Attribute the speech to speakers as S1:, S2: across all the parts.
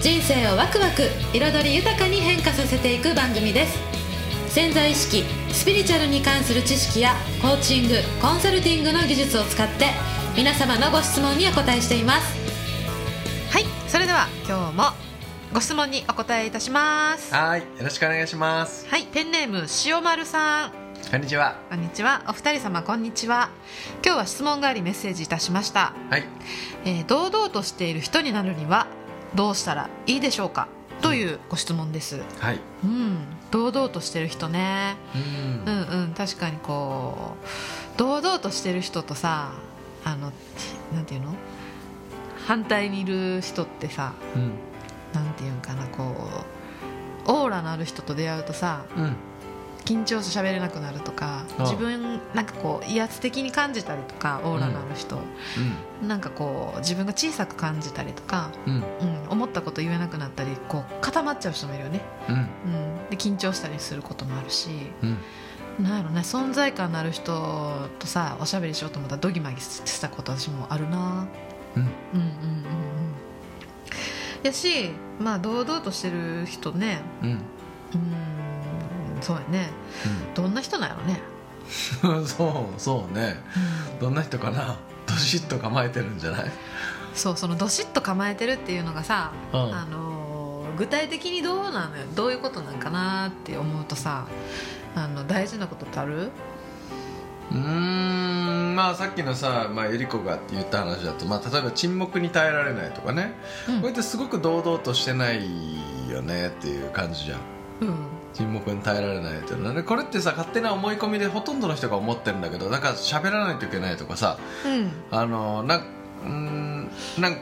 S1: 人生をワクワク彩り豊かに変化させていく番組です潜在意識スピリチュアルに関する知識やコーチングコンサルティングの技術を使って皆様のご質問にお答えしていますはいそれでは今日もご質問にお答えいたします
S2: はいよろしくお願いします
S1: はい、ペンネーム塩丸さん。
S2: こんにちは
S1: こんにちは。お二人様こんにちは。今日は質問がありメッセージいたしました。
S2: はい
S1: えー堂々としている人になるにはどうしたらいいでしょうかというご質問です。
S2: はい
S1: うん、堂々としてる人ね。
S2: う
S1: うんんうん、確かにこう堂々としてる人とさ、あのなんていうの？反対にいる人ってさ、
S2: うん
S1: なんていうんかなこうオーラのある人と出会うとさ、
S2: うん
S1: 緊張して喋れなくなるとか
S2: ああ
S1: 自分なんかこう威圧的に感じたりとかオーラのある人、なんかこう自分が小さく感じたりとか、
S2: うんうん
S1: うん、思ったこと言えなくなったりこう固まっちゃう人もいるよね、
S2: うん
S1: うん、で緊張したりすることもあるし
S2: うん
S1: なんやろね存在感のある人とさおしゃべりしようと思ったらドギマギしてたこと私もあるな
S2: うん
S1: うんうんうんうんやしまあ堂々としてる人ね
S2: うん
S1: うんそうやねどんな人なんやろね
S2: うん そうそうねどんな人かなどしっと構えてるんじゃない
S1: そうそのどしっと構えてるっていうのがさ、
S2: うん
S1: あのー具体的にどうなのよどういうことなんかなって思うとさあの大事なことってある
S2: うーんまあさっきのさ、まあ、ゆり子がって言った話だと、まあ、例えば沈黙に耐えられないとかね、
S1: う
S2: こ
S1: ん
S2: うやってすごく堂々としてないよねっていう感じじゃん
S1: うん
S2: 沈黙に耐えられないっていうのはねこれってさ勝手な思い込みでほとんどの人が思ってるんだけどだから喋らないといけないとかさ
S1: うん
S2: あのなんうーんなん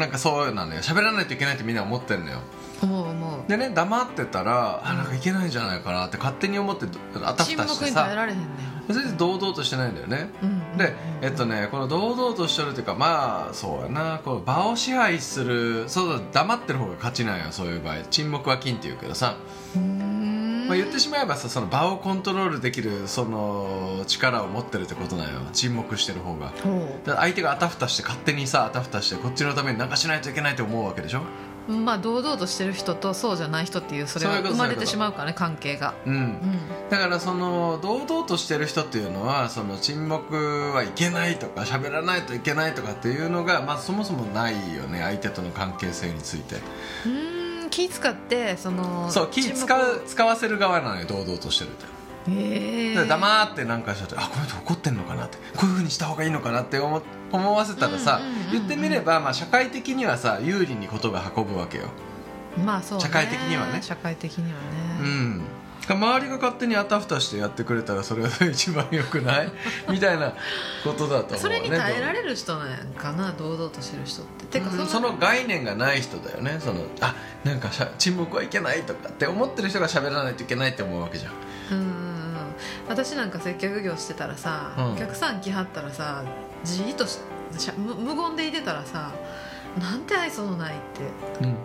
S2: なんかそうなのよ喋らないといけないってみんな思ってるのよ
S1: 思う思う
S2: でね黙ってたらあなんかいけないんじゃないかなって勝手に思ってあたふ
S1: 沈
S2: たして
S1: 黙に耐え
S2: さ
S1: られへんねん、
S2: それで堂々としてないんだよね
S1: うん、
S2: でえっとねこの堂々としてるというかまあそうやなこう場を支配するそうだ黙ってる方が勝ちなんよそういう場合沈黙は金って言うけどさ、
S1: うーん
S2: まあ、言ってしまえばさその場をコントロールできるその力を持ってるってことなんよ沈黙してる方が。
S1: ほ
S2: だから相手があたふたして勝手にさあたふたしてこっちのためになんかしないといけないと思うわけでしょ
S1: うまあ堂々としてる人とそうじゃない人っていうそれ
S2: そう
S1: は
S2: いうこと
S1: 生まれ
S2: そういう
S1: て
S2: こと
S1: しまうからね関係が
S2: うん
S1: うん
S2: だからその堂々としてる人っていうのはその沈黙はいけないとか喋らないといけないとかっていうのがまあそもそもないよね相手との関係性について
S1: うーん気使ってその
S2: そう気
S1: 沈
S2: 使
S1: 黙を
S2: う使わせる側なのよ堂々としてるって
S1: ええ
S2: だから黙ってなんかしちゃってあこの人怒ってんのかなってこういうふうにした方がいいのかなって思思わせたらさ
S1: うんうんうんうん
S2: 言ってみればまあ社会的にはさ有利にことが運ぶわけよ
S1: まあそうね
S2: 社会的にはね
S1: 社会的には
S2: う
S1: ね、
S2: ん周りが勝手にあたふたしてやってくれたらそれが一番よく ないみたいなことだと思うね
S1: それに耐えられる人なんかな堂々としてる人っててか
S2: うん
S1: の
S2: その概念がない人だよねそのあなんかしゃ沈黙はいけないとかって思ってる人が喋らないといけないって思うわけじゃん
S1: うんうんうん私なんか接客業してたらさ、
S2: うん
S1: お客さん来はったらさじーっとししゃ無無言でいてたらさなんて愛想のないって、
S2: うん
S1: うん、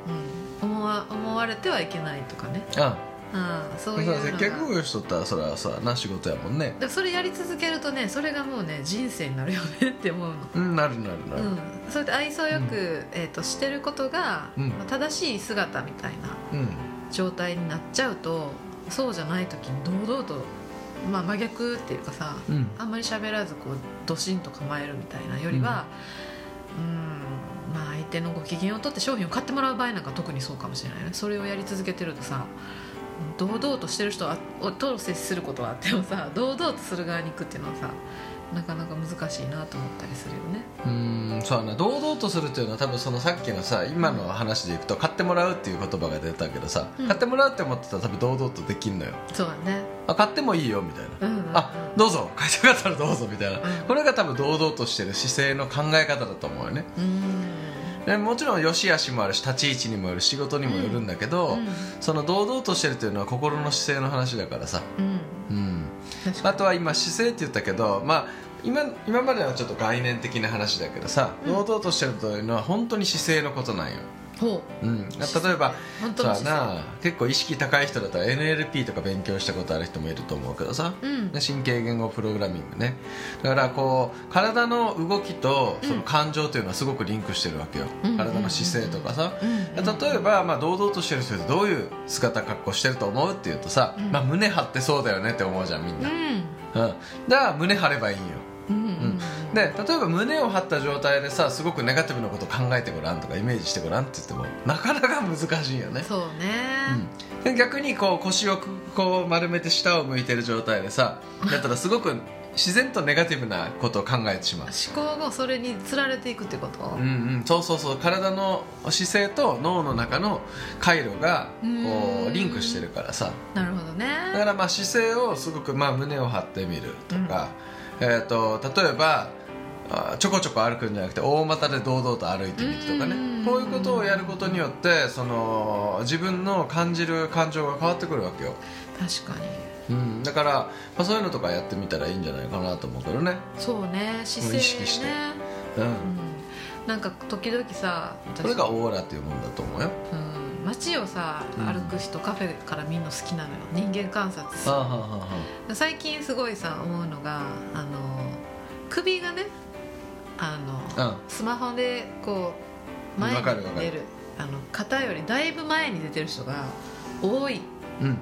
S1: 思わ思われてはいけないとかね、
S2: あ
S1: うん、そういうの
S2: さ
S1: が
S2: 接客業しとったらそれはさな仕事やもんね
S1: だからそれやり続けるとねそれがもうね人生になるよねって思うの
S2: うんなるなるなる、
S1: うん、それで愛想よく、えー、としてることが、
S2: うん
S1: まあ正しい姿みたいな
S2: うん
S1: 状態になっちゃうとそうじゃない時に堂々と、まあ、真逆っていうかさ
S2: うん
S1: あんまり喋らずこうドシンと構えるみたいなよりは、うんまあ、相手のご機嫌を取って商品を買ってもらう場合なんか特にそうかもしれないねそれをやり続けてるとさ堂々としてる人はと接することはあってもさ堂々とする側に行くっていうのはさなかなか難しいなと思ったりするよね。
S2: うーんそうやな堂々とするっていうのは多分そのさっきのさ今の話でいくと買ってもらうっていう言葉が出たけどさ、
S1: うん
S2: 買ってもらうって思ってたら多分堂々とできんのよ
S1: そうだね
S2: あ買ってもいいよみたいな、
S1: うんうんうん
S2: あどうぞ買いたかったらどうぞみたいな、
S1: うん
S2: これが多分堂々としてる姿勢の考え方だと思うよね
S1: うーん
S2: でもちろん良し悪しもあるし立ち位置にもよるし仕事にもよるんだけど、その堂々としてるというのは心の姿勢の話だからさ、
S1: うんうん
S2: うん、
S1: 確か
S2: あとは今姿勢って言ったけど、まあ、今今まではちょっと概念的な話だけどさ、
S1: うん
S2: 堂々としてるというのは本当に姿勢のことなんよ、
S1: にほ
S2: うん、例
S1: う
S2: えば
S1: 本当
S2: そう
S1: の
S2: やな結構意識高い人だったら NLP とか勉強したことある人もいると思うけどさ
S1: うん
S2: 神経言語プログラミングねだからこう体の動きとその感情というのはすごくリンクしてるわけよ、
S1: うん
S2: 体の姿勢とかさ、
S1: うんうん
S2: 例えば、まあ、堂々としてる人ってどういう姿格好してると思うって言うとさ、
S1: うん
S2: まあ、胸張ってそうだよねって思うじゃんみん
S1: う
S2: な、うん、
S1: ん
S2: だから胸張ればいいんよ
S1: うんうん
S2: で例えば胸を張った状態でさすごくネガティブなこと考えてごらんとかイメージしてごらんって言ってもなかなか難しいよね
S1: そうね
S2: うんで逆にこう腰をこう丸めて下を向いてる状態でさだったらすごく自然とネガティブなことを考えてしまう
S1: 思考がそれにつられていくってこと
S2: うんうんそうそうそう体の姿勢と脳の中の回路がこ
S1: うー
S2: うんリンクしてるからさ
S1: なるほど
S2: だか
S1: ね
S2: らまあ姿勢をすごくまあ胸を張ってみるとか、えー、と例えばあーちょこちょこ歩くんじゃなくて大股で堂々と歩いてみるとか
S1: う
S2: ね
S1: ん
S2: こういうことをやることによってその自分の感じる感情が変わってくるわけよ
S1: 確かに
S2: うん、だから、まあ、そういうのとかやってみたらいいんじゃないかなと思うけどね、
S1: そうね姿勢
S2: 意識して
S1: ね
S2: うん、
S1: うんなんか時々さ私
S2: それがオーラっていうもんだと思うよ
S1: うん街をさ
S2: うん
S1: 歩く人カフェから見るの好きなのよ人間観察
S2: あ
S1: す
S2: あ
S1: る
S2: はあはあ
S1: 最近すごいさ思うのがあの首がねあ
S2: う
S1: の、
S2: ん
S1: スマホでこう前に
S2: わかるわかる
S1: 出るあの肩よりだいぶ前に出てる人が多い
S2: うん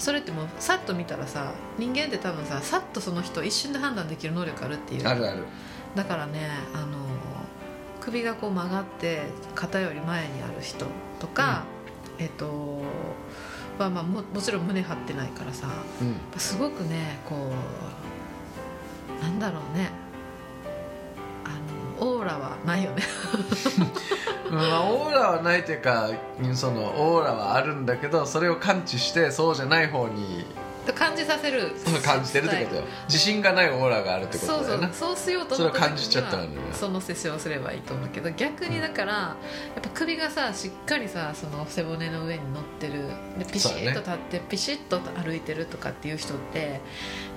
S1: それってもうさっと見たらさ人間って多分ささっとその人一瞬で判断できる能力あるっていう
S2: あるある
S1: だからねあの首がこう曲がって肩より前にある人とか、えっとまあまあももちろん胸張ってないからさ
S2: うん
S1: すごくねこうなんだろうねあのオーラはないよね
S2: まあ、オーラはないというかうんそのオーラはあるんだけどそれを感知してそうじゃない方に
S1: と感じさせる
S2: 感じてるってことよ自信がないオーラがあるってこ
S1: そ
S2: と
S1: う
S2: だ
S1: そ
S2: よ
S1: う
S2: ね
S1: そうしようと思った
S2: そ
S1: 時には
S2: れを感じちゃったわけね
S1: その施施をすればいいと思うけど逆にだからやっぱ首がさしっかりさその背骨の上に乗ってるでピシ
S2: そうだ
S1: ッ
S2: ね
S1: と立って、ピシッと歩いてるとかっていう人って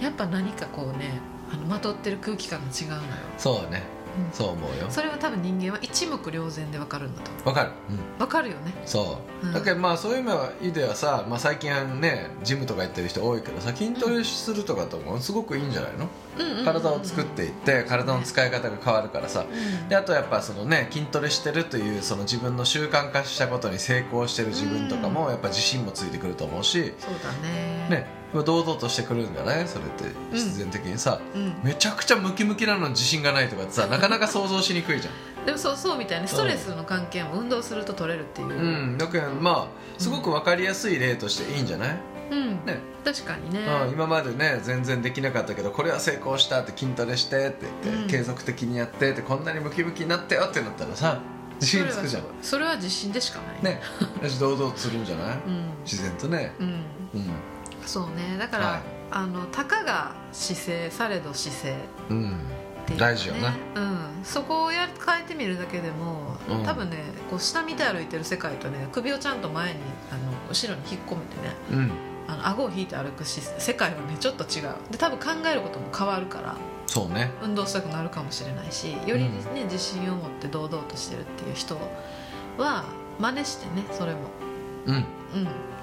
S1: やっぱ何かこうねあのまとってる空気感が違うのよ、
S2: そうだね
S1: うん
S2: そう思うよ
S1: それは多分人間は一目瞭然で分かるんだと思
S2: わかる、うん
S1: う分かるよね
S2: そう、
S1: うん
S2: だけどまあそういう意味ではさ、まあ、最近はねジムとか行ってる人多いけどさ筋トレするとかともすごくいいんじゃないの、
S1: うんうんうん
S2: 体を作っていって体の使い方が変わるからさ
S1: うん
S2: であとやっぱそのね筋トレしてるというその自分の習慣化したことに成功してる自分とかもやっぱ自信もついてくると思うし、
S1: そうだね
S2: ね、堂々としてくるんじゃないそれって必然的にさ、
S1: うん、
S2: めちゃくちゃムキムキなのに自信がないとかってさなかなか想像しにくいじゃん
S1: でもそうそうみたいなストレスの関係も運動すると取れるっていう、
S2: うんだけどまあすごく分かりやすい例としていいんじゃない、
S1: うん
S2: ね
S1: 確かにね、
S2: うん、今までね全然できなかったけどこれは成功したって筋トレしてって言って、
S1: うん
S2: 継続的にやってってこんなにムキムキになったよってなったらさ自信つくじゃん
S1: それは自信でしかない
S2: ね私堂々とするんじゃない、
S1: うん、
S2: 自然とね
S1: うん、
S2: う
S1: そうねだから、
S2: はい
S1: あのたかが姿勢されど姿勢っ
S2: んうん
S1: ていう、ね、
S2: 大事よね
S1: うん、そこをや変えてみるだけでも、
S2: うん
S1: 多分ねこう下見て歩いてる世界とね首をちゃんと前にあの後ろに引っ込めてね
S2: うん
S1: あの顎を引いて歩くし世界はねちょっと違うで多分考えることも変わるから
S2: そうね
S1: 運動したくなるかもしれないしより、ね自信を持って堂々としてるっていう人は真似してねそれも
S2: うん
S1: うん、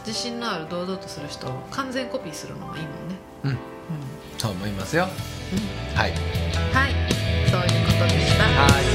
S1: 自信のある堂々とする人を完全コピーするのもいいもんね、
S2: うん
S1: う
S2: そう思いますよ
S1: んうん
S2: はい
S1: はいそういうことでした
S2: はい